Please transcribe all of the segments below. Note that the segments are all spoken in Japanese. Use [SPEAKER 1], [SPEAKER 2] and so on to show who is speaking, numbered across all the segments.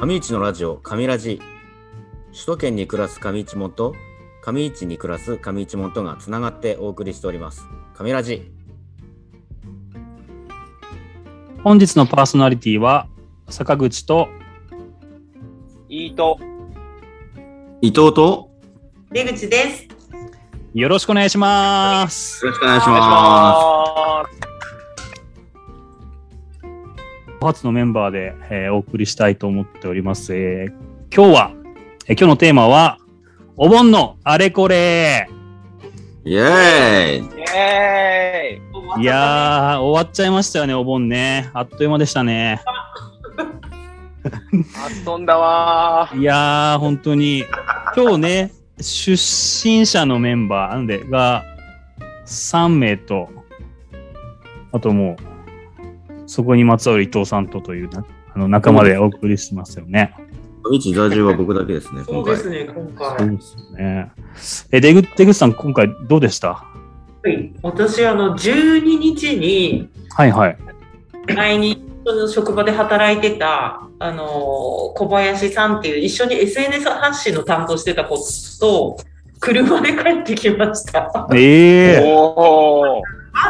[SPEAKER 1] 上市のラジオ上ラジ首都圏に暮らす上市門と上市に暮らす上市門とがつながってお送りしております上ラジ
[SPEAKER 2] 本日のパーソナリティは坂口と
[SPEAKER 3] いいと。
[SPEAKER 4] 伊藤と
[SPEAKER 5] 出口です。
[SPEAKER 2] よろしくお願いします。
[SPEAKER 4] よろしくお願いし
[SPEAKER 3] お
[SPEAKER 4] ま
[SPEAKER 3] 願いします。
[SPEAKER 2] 初のメンバーで、えーお送りしたいと思っております。えー今日は、えー今日のテーマはお盆のあれこれ。
[SPEAKER 4] す。イエーイ
[SPEAKER 3] イエーイ
[SPEAKER 2] いやー終わっちゃいましたよねお盆ねあっという間でしたね。
[SPEAKER 3] 遊んだわー。
[SPEAKER 2] いやー本当に今日ね出身者のメンバーなんでが3名とあともうそこにまつわる伊藤さんとというなあの仲間でお送りしてますよね。
[SPEAKER 4] 上市在住は僕だけです ね、
[SPEAKER 5] そ
[SPEAKER 4] 今
[SPEAKER 5] うで
[SPEAKER 4] 回。
[SPEAKER 5] すね、今回。
[SPEAKER 2] そうですよね。え、出口出口さん、今回どうでした
[SPEAKER 5] はい私、あの、12日に、
[SPEAKER 2] はいはい。
[SPEAKER 5] 前にその職場で働いてた、あのー、小林さんっていう、一緒に SNS 発信の担当してた子と、車で帰ってきました。あ
[SPEAKER 2] ええ
[SPEAKER 3] おお。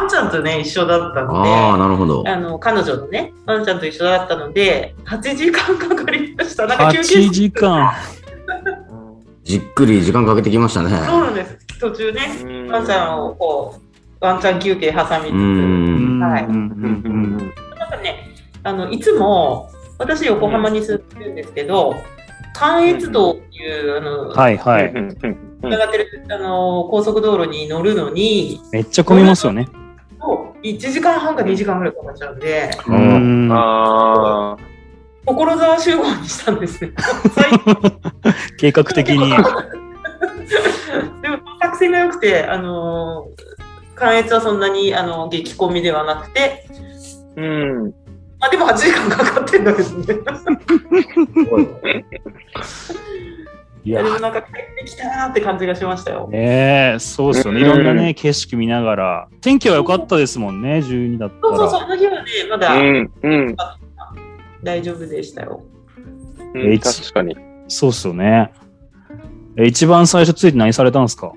[SPEAKER 5] んちゃんとね、一緒だったので、
[SPEAKER 4] ああ、なるほど。
[SPEAKER 5] あの、彼女のね、あんちゃんと一緒だったので、8時間かかりました。なんか休憩
[SPEAKER 2] 8時間。
[SPEAKER 4] じっくり時間かけてきましたね。
[SPEAKER 5] そうなんです。途中ね、ワンちゃんをこう、ワンちゃん休憩挟み
[SPEAKER 4] う
[SPEAKER 5] つ
[SPEAKER 4] ん。
[SPEAKER 5] はい
[SPEAKER 2] うんうんうんうん
[SPEAKER 5] つ、なんかね、あのいつも私横浜に住んでるんですけど、関越道っていうあの、
[SPEAKER 2] はいはい。
[SPEAKER 5] 繋がってるあの高速道路に乗るのに、
[SPEAKER 2] めっちゃ混みますよね。
[SPEAKER 5] もう1時間半か2時間ぐらいかかっちゃうんで、
[SPEAKER 4] う
[SPEAKER 2] うんん。
[SPEAKER 3] あー
[SPEAKER 5] 所沢集合にしたんですね。
[SPEAKER 2] 計画的に。
[SPEAKER 5] でも作戦が良くて、あの関越はそんなにあの激混みではなくて、
[SPEAKER 3] うん。
[SPEAKER 5] まあでも8時間かかってんだけどね。
[SPEAKER 2] い
[SPEAKER 5] いや
[SPEAKER 2] や
[SPEAKER 5] でもなんか帰ってきたなって感じがしましたよ。
[SPEAKER 2] ねえ、そうですよね。いろんなね、景色見ながら。天気は良かったですもんね、12だっ
[SPEAKER 5] そうそう
[SPEAKER 2] た
[SPEAKER 5] そう、
[SPEAKER 2] ら。
[SPEAKER 5] あの日はね、ま
[SPEAKER 3] う
[SPEAKER 5] だ
[SPEAKER 3] ん。うん
[SPEAKER 5] 大丈夫でしたよ。
[SPEAKER 3] うん。確かに。
[SPEAKER 2] そうっすよね。え、一番最初ついて何されたんですか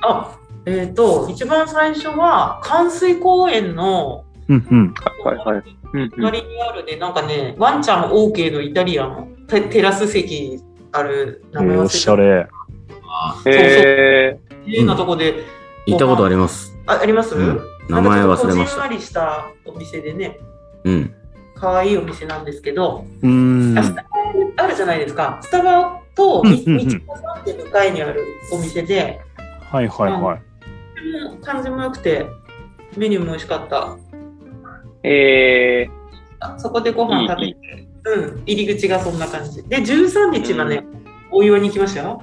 [SPEAKER 5] あ、えっ、と、一番最初は、関水公園の
[SPEAKER 2] うんうん。
[SPEAKER 3] はいはい。うんうん
[SPEAKER 5] 隣にあるね、なんかね、ワンちゃん OK のイタリアン、テテラス席にある
[SPEAKER 2] え
[SPEAKER 5] 名前
[SPEAKER 2] ーおしゃ
[SPEAKER 5] 忘れ
[SPEAKER 2] れ。
[SPEAKER 3] へえ。
[SPEAKER 5] た。綺麗なとこで、
[SPEAKER 4] 行ったことあります。
[SPEAKER 5] ああります、
[SPEAKER 4] うん名前忘れまし
[SPEAKER 5] なんかちょっとこじん
[SPEAKER 4] た。
[SPEAKER 5] わりしたお店でね、
[SPEAKER 4] うん。
[SPEAKER 5] 可愛いお店なんですけど、
[SPEAKER 2] うーん。
[SPEAKER 5] あスタバあるじゃないですか。スタバと
[SPEAKER 2] うん
[SPEAKER 5] み
[SPEAKER 2] うんうん
[SPEAKER 5] 道を挟んで向かいにあるお店で、
[SPEAKER 2] はいはいはい。
[SPEAKER 5] とても感じも良くて、メニューも美味しかった。
[SPEAKER 3] ええ。
[SPEAKER 5] あそこでご飯食べ
[SPEAKER 3] いい
[SPEAKER 5] て、うん、入り口がそんな感じ。で、13日はね、お祝いに行きましたよ。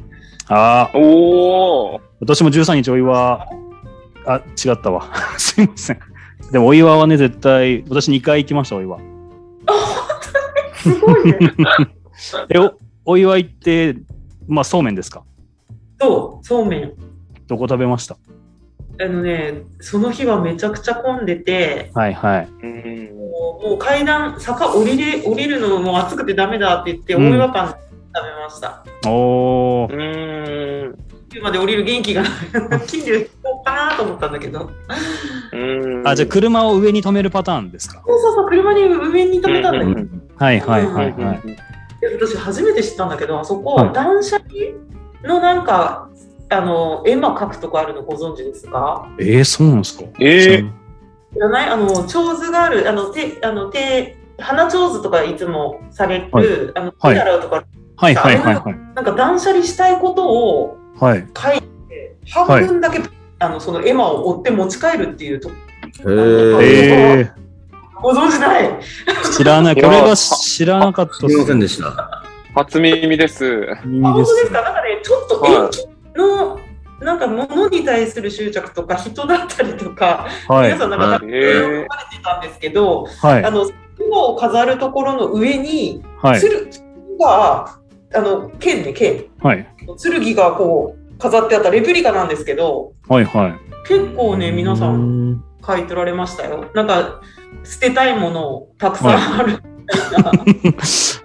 [SPEAKER 2] ああ、
[SPEAKER 3] おお。
[SPEAKER 2] 私も13日お祝い、あ、違ったわ。 すいません。でもお祝いはね、絶対、私2回行きました、お祝い。
[SPEAKER 5] すごいね。
[SPEAKER 2] え、おお祝いって、まあ、そうめんですか
[SPEAKER 5] そう、そうめん。
[SPEAKER 2] どこ食べました
[SPEAKER 5] あのね、その日はめちゃくちゃ混んでて、
[SPEAKER 2] はいはい。
[SPEAKER 3] うん。
[SPEAKER 5] もうもう階段、坂降りれ降りるのも暑くてダメだって言って、
[SPEAKER 2] うん
[SPEAKER 5] 大違和感食べました。
[SPEAKER 2] おー、
[SPEAKER 3] うん。
[SPEAKER 5] 冬まで降りる元気が ない。金魚行こうかなと思ったんだけど。
[SPEAKER 3] うん。
[SPEAKER 2] あ、じゃあ車を上に止めるパターンですか
[SPEAKER 5] そうそうそう、車に上に止めたんだけど、
[SPEAKER 3] うんうん
[SPEAKER 2] はいはいはいはい。
[SPEAKER 5] で私初めて知ったんだけどあそこ、
[SPEAKER 2] はい
[SPEAKER 5] 断捨離のなんかあの絵馬描くとこあるのご存知ですか
[SPEAKER 2] えー、そうなんですか
[SPEAKER 3] ええ。
[SPEAKER 5] じゃないあの腸図があるあの手あの手花腸図とかいつもされる、
[SPEAKER 2] はい
[SPEAKER 5] あの
[SPEAKER 2] はい
[SPEAKER 5] 手洗うとか、
[SPEAKER 2] はいはいはいはい。
[SPEAKER 5] なんか断捨離したいことを
[SPEAKER 2] はい。
[SPEAKER 5] 書いて半分だけ、あのその絵馬を追って持ち帰るっていうと
[SPEAKER 4] へえ。
[SPEAKER 2] え
[SPEAKER 5] ご存知ない
[SPEAKER 2] ー、知らない。これは知らなかった
[SPEAKER 4] す
[SPEAKER 2] っ
[SPEAKER 4] み
[SPEAKER 2] す
[SPEAKER 4] ませんでした。
[SPEAKER 3] 初耳です。
[SPEAKER 2] 耳
[SPEAKER 5] あ本
[SPEAKER 2] で
[SPEAKER 5] 当です
[SPEAKER 2] す
[SPEAKER 5] か
[SPEAKER 2] ね。
[SPEAKER 5] なんかねちょっと
[SPEAKER 3] は
[SPEAKER 5] 遠近の、なんか物に対する執着とか人だったりとか
[SPEAKER 2] はい
[SPEAKER 5] 皆。さんなんか
[SPEAKER 4] はい
[SPEAKER 5] 多分いろいろ書かれてたんですけど、あ
[SPEAKER 2] はい。
[SPEAKER 5] の雲を飾るところの上に
[SPEAKER 2] はい。
[SPEAKER 5] 鶴が、あの剣ね剣
[SPEAKER 2] はい。
[SPEAKER 5] 剣がこう飾ってあったレプリカなんですけど
[SPEAKER 2] はいはい。
[SPEAKER 5] 結構ね皆さ
[SPEAKER 4] うんん。
[SPEAKER 5] 書い取られましたよなんか捨てたいものをたくさんある
[SPEAKER 2] い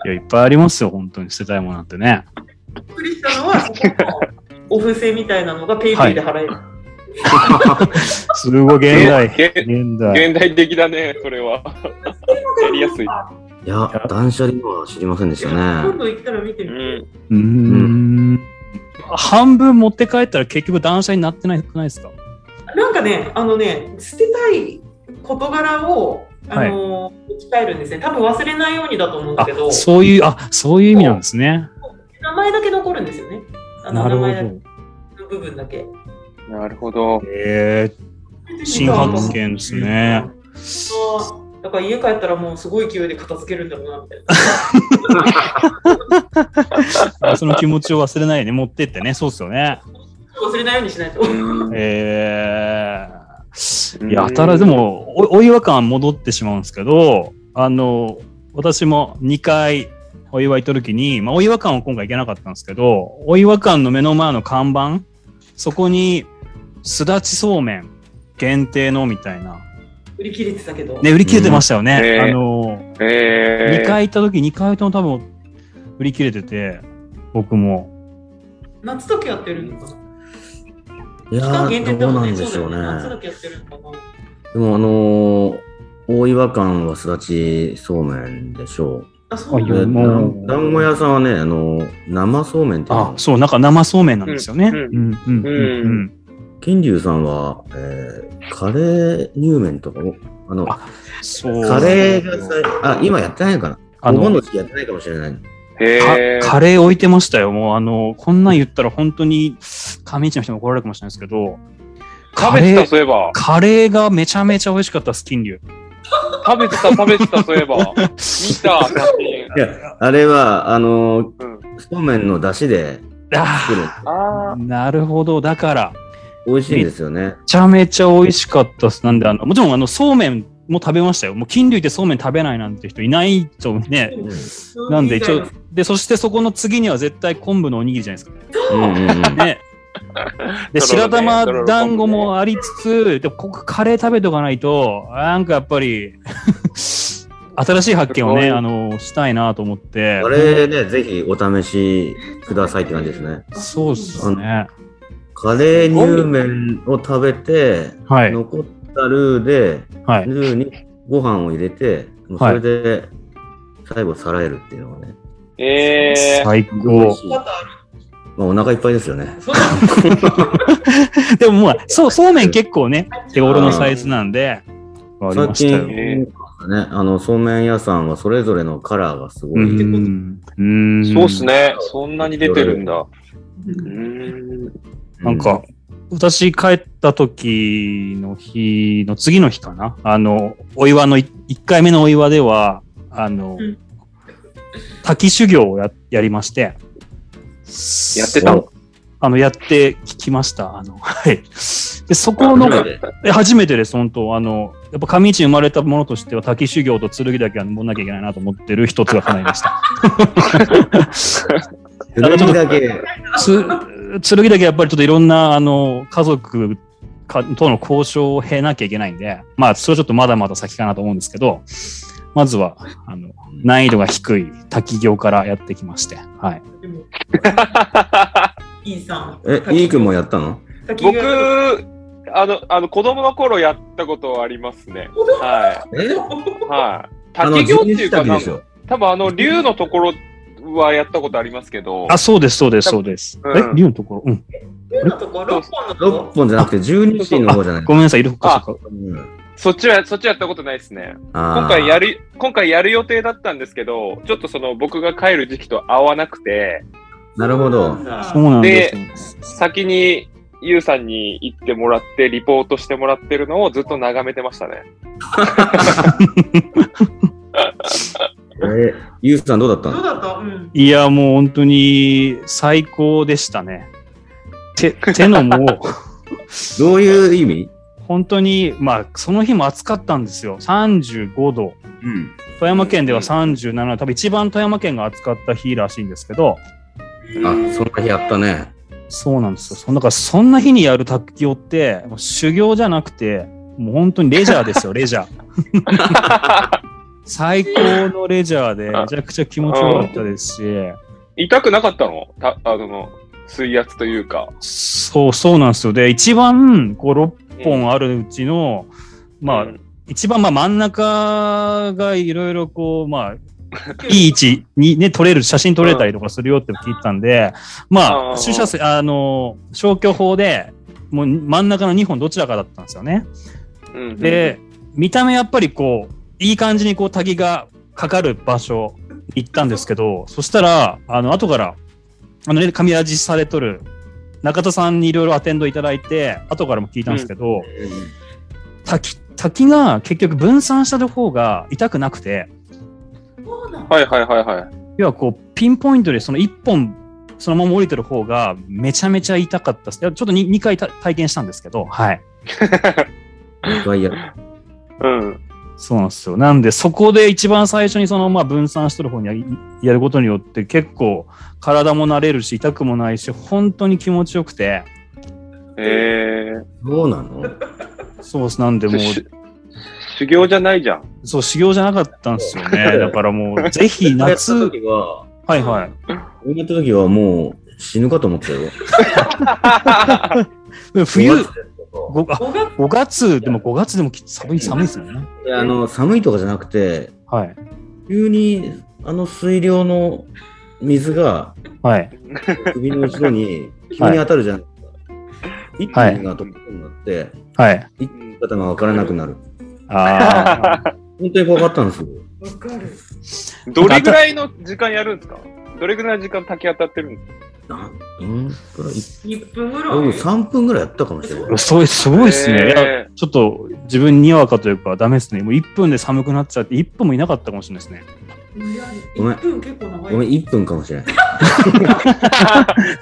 [SPEAKER 2] や、いっぱいありますよ、本当に捨てたいものなんてね。
[SPEAKER 5] びっくりしたのは、そこのお布施みたいなのがペイペイで払える。
[SPEAKER 2] すごい、現代。
[SPEAKER 3] げ
[SPEAKER 2] 現代。
[SPEAKER 3] 現代的だね、それは。やりやすい。
[SPEAKER 4] いや、断捨離は知りませんでした
[SPEAKER 5] 今
[SPEAKER 4] ね。
[SPEAKER 5] 度行ったら見て
[SPEAKER 3] う
[SPEAKER 5] みて。
[SPEAKER 3] ん。
[SPEAKER 2] うーん。半分持って帰ったら結局断捨離になってないくないですか
[SPEAKER 5] なんかね、あのね、捨てたい事柄を、あの、持ち帰るんですね。多分忘れないようにだと思うんだ
[SPEAKER 2] あ
[SPEAKER 5] けど、、
[SPEAKER 2] そういう、あ、そういう意味なんですね。
[SPEAKER 5] 名前だけ残るんですよね。あの
[SPEAKER 2] なるほ
[SPEAKER 5] 名前だ
[SPEAKER 2] ど。
[SPEAKER 5] けの部分だけ。
[SPEAKER 3] なるほど。
[SPEAKER 2] えー、新発見ですね。
[SPEAKER 5] そうだから家帰ったらもうすごい勢いで片付けるんだろうなみたい
[SPEAKER 2] あその気持ちを忘れないで持ってってね、そうですよね。
[SPEAKER 5] な。忘れないようにしないと。
[SPEAKER 3] うん
[SPEAKER 2] えー、い
[SPEAKER 3] うん
[SPEAKER 2] や、たら、でも、おお祝い感戻ってしまうんですけど、あの、私も2回お祝いとるきに、まあ、お祝い館は今回行けなかったんですけど、お祝い館の目の前の看板、そこに、すだちそうめん限定のみたいな。
[SPEAKER 5] 売り切れてたけど。
[SPEAKER 2] ね、売り切れてましたよね。
[SPEAKER 3] うんねえ
[SPEAKER 2] あの、
[SPEAKER 3] え
[SPEAKER 2] 2回行った時2回とも多分売り切れてて僕も
[SPEAKER 5] 夏だけやってるのかな。
[SPEAKER 4] い
[SPEAKER 5] 期間
[SPEAKER 4] や
[SPEAKER 5] 限定
[SPEAKER 4] ー、
[SPEAKER 5] だ
[SPEAKER 4] どう
[SPEAKER 5] も
[SPEAKER 4] なんん
[SPEAKER 5] ね。
[SPEAKER 4] でしょう
[SPEAKER 5] そうだよ夏だ
[SPEAKER 4] ね。
[SPEAKER 5] けやってるのかな。
[SPEAKER 4] でも、あのー、大岩館はすだちそうめんでしょ
[SPEAKER 5] あ、そう
[SPEAKER 2] あ
[SPEAKER 5] なん
[SPEAKER 4] う。で
[SPEAKER 5] だ
[SPEAKER 2] よ
[SPEAKER 4] 団
[SPEAKER 2] もう
[SPEAKER 4] 子屋さんはね、あのー、生そうめんっていう
[SPEAKER 2] あ
[SPEAKER 4] の
[SPEAKER 2] そうなんか生そうめんなんですよね
[SPEAKER 3] う
[SPEAKER 2] うんんうんうん
[SPEAKER 3] う
[SPEAKER 2] うん
[SPEAKER 4] 金龍さんは、えーカレー乳麺とかも、あの、
[SPEAKER 2] あそう
[SPEAKER 4] カレーがさ、あ、今やってないのかな
[SPEAKER 2] あ
[SPEAKER 4] お盆の
[SPEAKER 2] の
[SPEAKER 4] 時期やってないかもしれない。
[SPEAKER 3] ー、え
[SPEAKER 2] カカレー置いてましたよもうあのこんなん言ったら本当に上市の人に怒られるかもしれないですけど
[SPEAKER 3] 食
[SPEAKER 2] カ
[SPEAKER 3] べて
[SPEAKER 2] レ
[SPEAKER 3] た、
[SPEAKER 2] ー
[SPEAKER 3] そういえば。
[SPEAKER 2] カレーがめちゃめちゃ美味しかったスキン流
[SPEAKER 3] 食べてた、食べてた、そういえば。見た、写真。
[SPEAKER 4] いや、あれは、あの
[SPEAKER 3] う
[SPEAKER 4] ー、そうめんの出汁で
[SPEAKER 2] あ
[SPEAKER 4] 作る。
[SPEAKER 3] あ
[SPEAKER 2] あなるほどだから
[SPEAKER 4] 美味しいんですよね。
[SPEAKER 2] めちゃめちゃ美味しかったっす。なんで、あの、もちろん、あの、そうめんも食べましたよ。もう、金類でそうめん食べないなんて人いないと思うね。
[SPEAKER 4] うん
[SPEAKER 2] なんで、一応、で、そしてそこの次には絶対昆布のおにぎりじゃないです
[SPEAKER 4] うんうんうん
[SPEAKER 2] か。ね。で、
[SPEAKER 3] とろ
[SPEAKER 2] 白
[SPEAKER 3] ろね
[SPEAKER 2] 玉
[SPEAKER 3] とろろ昆布ね
[SPEAKER 2] 団子もありつつ、でも、ここカレー食べとかないと、なんかやっぱり、 新しい発見を
[SPEAKER 3] す
[SPEAKER 2] ね、
[SPEAKER 3] ごい
[SPEAKER 2] あの、したいなと思って
[SPEAKER 4] あ。れね、ぜひお試しくださいって感じですね。
[SPEAKER 2] そうっすね。
[SPEAKER 4] カレー乳麺を食べて、
[SPEAKER 2] はい。
[SPEAKER 4] 残ったルーで、
[SPEAKER 2] はい。
[SPEAKER 4] ルーにご飯を入れて、もうそれで最後さらえるっていうのがね、
[SPEAKER 3] ーえー、
[SPEAKER 2] 最
[SPEAKER 4] 美味
[SPEAKER 2] 高。
[SPEAKER 4] しいまあ、お腹いっぱいですよね。
[SPEAKER 5] そうなんだ
[SPEAKER 2] でも、まあ、そう、そうめん結構ね、手頃のサイズなんで、あり
[SPEAKER 4] 最
[SPEAKER 2] ましたよ
[SPEAKER 4] 近、。ね、あのそうめん屋さんはそれぞれのカラーがすご
[SPEAKER 2] う
[SPEAKER 4] い。
[SPEAKER 2] んうん
[SPEAKER 3] そうっすね。そんなに出てるんだ。う
[SPEAKER 5] うん
[SPEAKER 3] ーん。
[SPEAKER 2] なんか、私帰った時の日の次の日かな。あの、お祝いのい1回目のお祝いでは、あの
[SPEAKER 5] うん、
[SPEAKER 2] 滝修行をややりまして。
[SPEAKER 3] やって
[SPEAKER 4] うん、
[SPEAKER 3] た
[SPEAKER 4] の
[SPEAKER 2] あの、やって聞きました。あの、 はい。で、そこの、え初めてです、本当。あの、やっぱ上市に生まれたものとしては、滝修行と剣だけは登んなきゃいけないなと思ってる一つが叶いました。
[SPEAKER 4] 剣だけ、
[SPEAKER 2] つ剣だけやっぱりちょっといろんな、あの、家族かとの交渉を経なきゃいけないんで、まあ、それはちょっとまだまだ先かなと思うんですけど、まずは、あの、難易度が低い滝行からやってきまして、はい。
[SPEAKER 5] でもいいさん。
[SPEAKER 4] え、いいくんもやったの
[SPEAKER 5] 滝
[SPEAKER 3] 僕
[SPEAKER 5] が、
[SPEAKER 3] あの、あの、子供の頃やったことありますね。は
[SPEAKER 4] え
[SPEAKER 3] い。はい。
[SPEAKER 4] あ
[SPEAKER 3] 滝行っていうか、
[SPEAKER 4] 人力
[SPEAKER 3] な
[SPEAKER 4] で
[SPEAKER 3] ん
[SPEAKER 4] しょ。
[SPEAKER 3] 多分あの、竜のところはやったことありますけど、
[SPEAKER 2] あ、そうです、そうです、そうです。
[SPEAKER 3] うん
[SPEAKER 2] え、竜のところうん。
[SPEAKER 5] 竜のところ、6本のと
[SPEAKER 4] 6
[SPEAKER 5] こ
[SPEAKER 4] 本じゃなくて12人の方 じゃない
[SPEAKER 2] ごめんなさい、いるか、そっか。
[SPEAKER 3] そっちは、そっちはやったことないですね。今
[SPEAKER 4] 今
[SPEAKER 3] 回やる、今回やる予定だったんですけど、ちょっとその僕が帰る時期と合わなくて、
[SPEAKER 4] なるほど。
[SPEAKER 2] そうなんですよ。
[SPEAKER 3] 先にゆうさんに行ってもらって、リポートしてもらってるのをずっと眺めてましたね。
[SPEAKER 4] えー、ゆうさんどうだった
[SPEAKER 5] どう
[SPEAKER 4] の
[SPEAKER 5] だったうん。
[SPEAKER 2] いや、もう本当に最高でしたね。手、手のもう、
[SPEAKER 4] どういう意味
[SPEAKER 2] 本当に、まあ、その日も暑かったんですよ。35度。
[SPEAKER 4] うん。
[SPEAKER 2] 富山県では37度。多分一番富山県が暑かった日らしいんですけど、
[SPEAKER 4] あ、そんな日あったね。
[SPEAKER 2] そうなんですよ。そんだから、そんな日にやる卓球って、 もう修行じゃなくて、もう本当にレジャーですよ、レジャー。最高のレジャーで、めちゃくちゃ気持ちよかったですし、
[SPEAKER 3] 痛くなかったのたあの、水圧というか。
[SPEAKER 2] そう、そうなんですよ。で、一番、こう、6本あるうちの、まあ
[SPEAKER 3] う、ん
[SPEAKER 2] 一番、まあ、真ん中がいろいろこう、まあ、いい位置にね、撮れる、写真撮れたりとかするよって聞いたんで、ま
[SPEAKER 3] う
[SPEAKER 2] あ、
[SPEAKER 3] ん
[SPEAKER 2] 取捨せ、あの、消去法で、もう真ん中の2本どちらかだったんですよね。
[SPEAKER 3] うん、
[SPEAKER 2] で、見た目やっぱりこう、いい感じにこう、タギがかかる場所行ったんですけど、そしたら、あの、後から、あのね、神味されとる中田さんにいろいろアテンドいただいて、後からも聞いたんですけど、滝、滝が結局分散した方が痛くなくて、
[SPEAKER 5] そうなの
[SPEAKER 3] はいはいはいはい。
[SPEAKER 2] 要はこう、ピンポイントでその1本、そのまま降りてる方がめちゃめちゃ痛かったです。いやちょっと 2, 回た体験したんですけど、はい。
[SPEAKER 4] 一回やる。
[SPEAKER 3] うん。
[SPEAKER 2] そうなんですよ。なんで、そこで一番最初にその、まあ、分散してる方にやりやることによって、結構、体も慣れるし、痛くもないし、本当に気持ちよくて、
[SPEAKER 3] え
[SPEAKER 4] そうなの
[SPEAKER 2] そうっす。なんで、
[SPEAKER 3] ー、
[SPEAKER 2] も
[SPEAKER 3] し修行じゃないじゃ ん。
[SPEAKER 2] う、そう、修行じゃなかったんですよね。だからもう、ぜひ、夏、
[SPEAKER 4] やった時は、
[SPEAKER 2] はいはい。
[SPEAKER 4] 俺がやった時はもう死ぬかと思ったよ。5月と
[SPEAKER 2] 冬、5, あ
[SPEAKER 5] 五月
[SPEAKER 2] 5月、でも5月でもき寒い、寒いですよね。
[SPEAKER 4] かであの寒いとかじゃなくて、
[SPEAKER 2] はい。
[SPEAKER 4] 急にあの水量の水が
[SPEAKER 2] はい。
[SPEAKER 4] 首の後ろに急
[SPEAKER 2] はい
[SPEAKER 4] に当たるじゃないですか。一
[SPEAKER 2] はい
[SPEAKER 4] 気が飛ぶようになって、
[SPEAKER 2] はい。
[SPEAKER 4] 見方が分からなくなる。
[SPEAKER 2] ああ。
[SPEAKER 4] 本当に怖かったんですよ。
[SPEAKER 5] わかる。
[SPEAKER 3] どれぐらいの時間やるんですかどれぐらいの時間炊き当たってるんですか
[SPEAKER 4] などんくらい
[SPEAKER 5] 一分ぐら
[SPEAKER 4] 多分
[SPEAKER 5] い。
[SPEAKER 4] 3分ぐらいやったかもしれない。
[SPEAKER 2] すごい、すごいですね。い
[SPEAKER 3] え
[SPEAKER 2] やちょっと自分にわかというか、ダメですね。もう1分で寒くなっちゃって、1分もいなかったかもしれないですね。
[SPEAKER 5] いや一
[SPEAKER 4] ごめん
[SPEAKER 5] 分結構長い。
[SPEAKER 4] ごめん、1分かもしれない。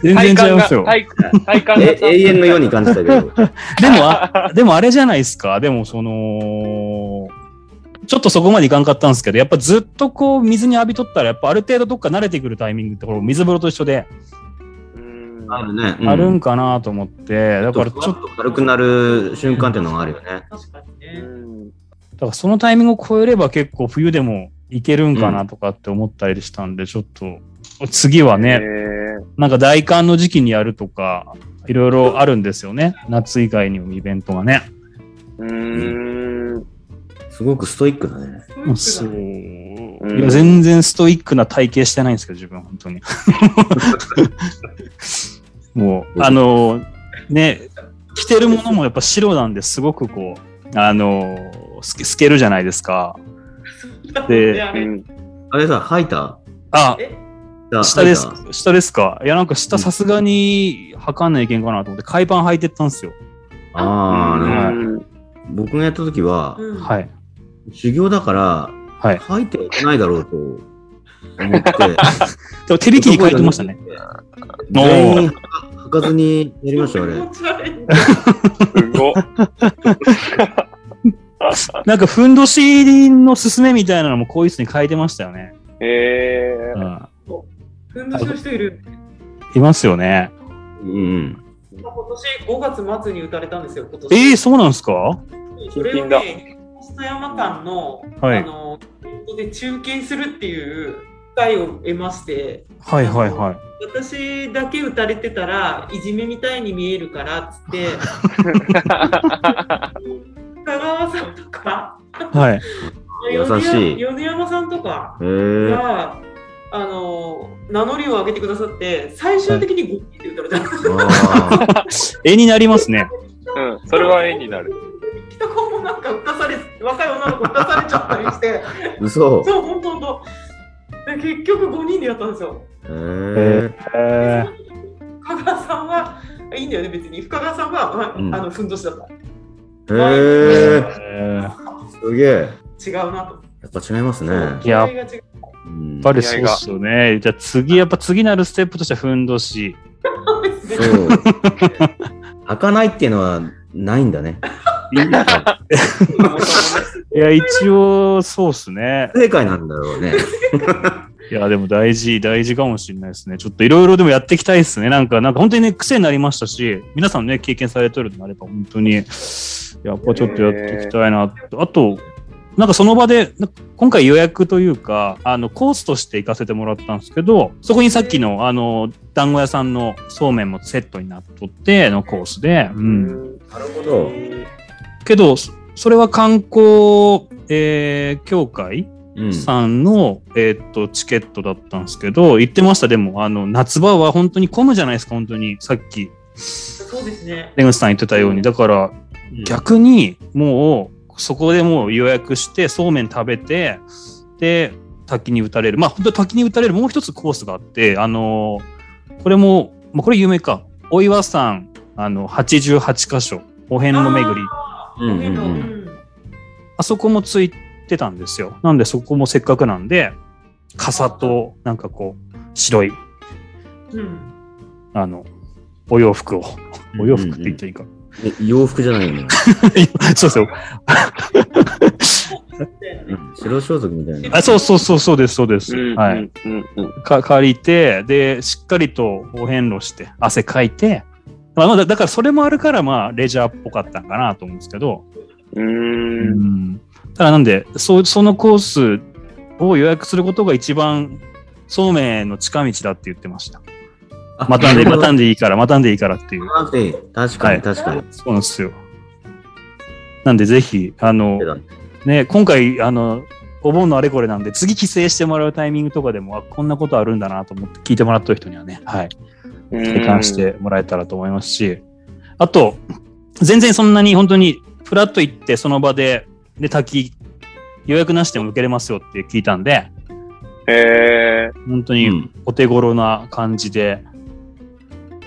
[SPEAKER 2] 全然違い
[SPEAKER 3] 体感
[SPEAKER 2] ま
[SPEAKER 3] が
[SPEAKER 2] すよ。
[SPEAKER 3] 体体感が
[SPEAKER 4] え永遠のように感じたけど。
[SPEAKER 2] でもあ、でもあれじゃないですか。でも、その、ちょっとそこまでいかんかったんですけど、やっぱずっとこう、水に浴びとったら、やっぱある程度どっか慣れてくるタイミングって、これ水風呂と一緒で、
[SPEAKER 3] うん
[SPEAKER 4] あるね。うん
[SPEAKER 2] あるんかなと思って、
[SPEAKER 4] だ
[SPEAKER 2] だ
[SPEAKER 4] か
[SPEAKER 2] から
[SPEAKER 4] ら
[SPEAKER 2] ち
[SPEAKER 4] ち
[SPEAKER 2] ょ
[SPEAKER 4] ょ
[SPEAKER 2] っと、
[SPEAKER 4] っと軽くなる瞬間っていうのがあるよね。
[SPEAKER 5] 確かに
[SPEAKER 3] う
[SPEAKER 5] ね。
[SPEAKER 3] ん
[SPEAKER 2] だからそのタイミングを超えれば結構冬でもいけるんかなとかって思ったりしたんで、ちょっと、次は
[SPEAKER 3] え
[SPEAKER 2] ね、
[SPEAKER 3] ー
[SPEAKER 2] なんか大寒の時期にやるとか、いろいろあるんですよね。夏以外にもイベントがね。
[SPEAKER 3] うーん。
[SPEAKER 4] すごくストイックだね。
[SPEAKER 2] そう。
[SPEAKER 5] う。
[SPEAKER 2] いや全然ストイックな体型してないんですけど、自分、本当に。もう、あの、ね、着てるものもやっぱ白なんですごくこう、あの、透け透けるじゃないですか。で
[SPEAKER 5] で、あ
[SPEAKER 3] う
[SPEAKER 5] れ
[SPEAKER 3] ん
[SPEAKER 4] あれさ、吐いた
[SPEAKER 2] あ、
[SPEAKER 5] え
[SPEAKER 2] 下です
[SPEAKER 4] 吐い。
[SPEAKER 2] 下ですか。いや、なんか下さすがに履かんないけんかなと思って、海パン履いてったんですよ。
[SPEAKER 4] たああ、なるほ
[SPEAKER 3] うん
[SPEAKER 4] ど僕がやった時は、
[SPEAKER 5] うん。
[SPEAKER 2] はいい。
[SPEAKER 4] 修行だから、
[SPEAKER 2] はい
[SPEAKER 4] 吐いてはいけないだろうと思 って。
[SPEAKER 2] でも手引きに書いてましたね。。おー
[SPEAKER 4] 全員履かずにやりましたよ、あれ。
[SPEAKER 5] 気持ち悪い
[SPEAKER 3] すごっ。
[SPEAKER 2] なんか、ふんどしのすすめみたいなのもこういう人に書いてましたよね。
[SPEAKER 3] えー
[SPEAKER 2] うん。
[SPEAKER 5] ふんどしの人いる。
[SPEAKER 2] いますよね。
[SPEAKER 4] うん
[SPEAKER 5] 今年五月末に打たれたんですよ、今年。
[SPEAKER 2] ええそうなんですか
[SPEAKER 5] それをね、富山間の、
[SPEAKER 2] はい
[SPEAKER 5] あの、イベントで中継するっていう機会を得まして、
[SPEAKER 2] はいはいはい。
[SPEAKER 5] 私だけ打たれてたら、いじめみたいに見えるからっつ って、香川さんとか、
[SPEAKER 2] はい。
[SPEAKER 4] 優しい
[SPEAKER 5] 米山米山さんとか
[SPEAKER 4] うん。へえ。
[SPEAKER 5] が、あの、名乗りを上げてくださって、最終的に5人で打たれたんです
[SPEAKER 4] あ
[SPEAKER 2] 絵になりますね。
[SPEAKER 3] うん、それは絵になる。。
[SPEAKER 5] 北高もなんか打たされ、若い女の子打たされちゃったり して、
[SPEAKER 4] ー嘘。
[SPEAKER 5] そう、本当本当。で、結局5人でやったんですよ。
[SPEAKER 4] へえ。
[SPEAKER 2] え
[SPEAKER 5] で深川さんは、いいんだよね、別に。深川さんは、まあ
[SPEAKER 4] うん
[SPEAKER 5] あの、ふんどしだった。
[SPEAKER 4] へえ。
[SPEAKER 2] や
[SPEAKER 4] すげえ。
[SPEAKER 5] 違うなと。
[SPEAKER 4] やっぱ違いますね。
[SPEAKER 2] いや
[SPEAKER 5] 気合が違う
[SPEAKER 4] うん
[SPEAKER 2] っぱりそうっすよね。じゃあ次、やっぱ次なるステップとしてはふんどし。
[SPEAKER 5] ですね。
[SPEAKER 4] そう。 開かないっていうのはないんだ ね。
[SPEAKER 2] いや、一応、そうっすね。
[SPEAKER 4] 不正解なんだろうね。
[SPEAKER 2] いや、でも大事、大事かもしれないですね。ちょっといろいろでもやっていきたいですね。なんか、なんか本当にね、癖になりましたし、皆さんね、経験されてるのあれば、本当に、やっぱちょっとやっていきたいなと。あと、なんかその場で、な今回予約というか、あの、コースとして行かせてもらったんですけど、そこにさっきの、あの、団子屋さんのそうめんもセットになっとってのコースで、うん。
[SPEAKER 4] なるほど。
[SPEAKER 2] けど、そそれは観光、えー協会
[SPEAKER 4] うん。
[SPEAKER 2] さんの、えーっと、チケットだったんですけど、言ってました、でも、あの、夏場は本当に混むじゃないですか、本当に。さっき、
[SPEAKER 5] そうですね。
[SPEAKER 2] 出口さん言ってたように。だから、逆に、もう、そこでもう予約して、そうめん食べて、で、滝に打たれる。まあ、本当に滝に打たれるもう一つコースがあって、あのーこれも、まあ、これ有名か。お岩山、あの、88箇所、お遍路巡り。
[SPEAKER 4] うんうんうん
[SPEAKER 2] あそこもついてたんですよ。なんでそこもせっかくなんで、傘と、なんかこう、白い、
[SPEAKER 5] うんうん
[SPEAKER 2] あの、お洋服を。
[SPEAKER 4] うん
[SPEAKER 2] お洋服って言っちゃいいか。
[SPEAKER 4] え洋服じゃないのよ。
[SPEAKER 2] そうですよ。
[SPEAKER 4] うん白装束みたいな。
[SPEAKER 2] あそうそうそう、そうです、そうです。はい。。
[SPEAKER 3] うんうん
[SPEAKER 2] か借りて、で、しっかりとお遍路して、汗かいて、まあ、まあだだからそれもあるから、まあ、レジャーっぽかったんかなと思うんですけど、
[SPEAKER 3] うん。うん。
[SPEAKER 2] ただなんで、そうそのコースを予約することが一番、そうめんの近道だって言ってました。
[SPEAKER 4] あ
[SPEAKER 2] またんで、またん
[SPEAKER 4] で。
[SPEAKER 2] でいいから、またんでいいからっていう。
[SPEAKER 4] またんでいい。確かに、確かに。
[SPEAKER 2] そうなんですよ。なんで、ぜひ、あの、ね、今回、あの、お盆のあれこれなんで、次帰省してもらうタイミングとかでも、あ、こんなことあるんだなと思って聞いてもらった人にはね、はい、体感してもらえたらと思いますし、あと、全然そんなに本当に、フラッと行って、その場で、で、滝、予約なしでも受けれますよって聞いたんで、
[SPEAKER 3] え
[SPEAKER 2] 本当
[SPEAKER 4] う
[SPEAKER 2] に
[SPEAKER 4] ん。
[SPEAKER 2] お手頃な感じで、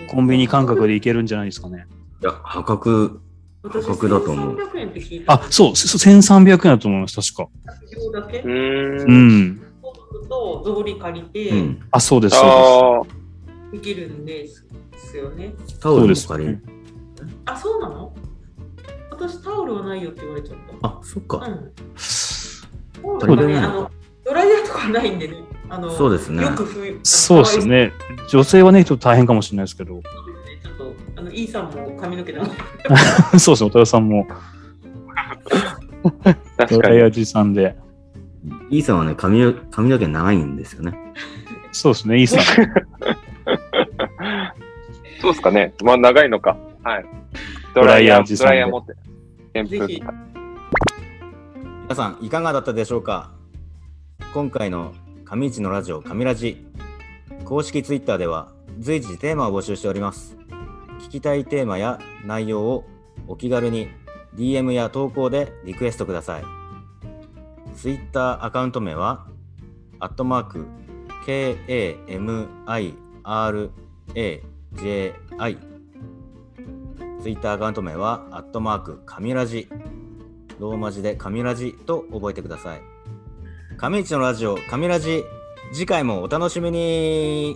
[SPEAKER 2] コンビニ感覚で行けるんじゃないですかね。
[SPEAKER 4] いや、破格。
[SPEAKER 5] 私
[SPEAKER 4] 価格だと思う
[SPEAKER 5] 1300円って聞いた。
[SPEAKER 2] あ、そう、そそう1300円だと思います、確か。
[SPEAKER 5] 用だけ
[SPEAKER 3] ー。う。
[SPEAKER 2] うんん。
[SPEAKER 5] と草履借りて、
[SPEAKER 4] うん。
[SPEAKER 2] あ、そうです、そう
[SPEAKER 3] ああ。
[SPEAKER 5] できるんですですよね。
[SPEAKER 4] タオルも借りる。
[SPEAKER 5] あ、そうなの私タオルはないよって言われちゃっ。
[SPEAKER 4] あ、そったか。
[SPEAKER 5] うん。タ
[SPEAKER 4] 足り
[SPEAKER 5] オル
[SPEAKER 4] てない
[SPEAKER 5] はね、あの、ドライヤーとかないんでね。あの
[SPEAKER 4] そうですね
[SPEAKER 5] よく冬。
[SPEAKER 2] です。そうです。ね。女性はね、ちょっと大変かもしれないですけど。
[SPEAKER 5] ちょっと、あの、イーさんも髪の毛長い。
[SPEAKER 2] そうですね、おたよさんも、
[SPEAKER 3] 確
[SPEAKER 2] お
[SPEAKER 3] か
[SPEAKER 2] た
[SPEAKER 3] に。
[SPEAKER 2] やじさんで。
[SPEAKER 4] イーさんはね、髪の髪の毛長いんですよね。
[SPEAKER 2] そうですね、いいっすね。
[SPEAKER 3] そうですかね。まあ、長いのか。はい。ドライヤー、ドライヤー持って。
[SPEAKER 5] ぜひ
[SPEAKER 1] 皆さんいかがだったでしょうか今回の上市のラジオ上ラジ公式ツイッターでは随時テーマを募集しております聞きたいテーマや内容をお気軽に DM や投稿でリクエストくださいツイッターアカウント名はアットマーク KAMIRAJI ツイッターアカウント名はアットマーク上ラジローマ字で神ラジと覚えてください。神市のラジオ、神ラジ、次回もお楽しみに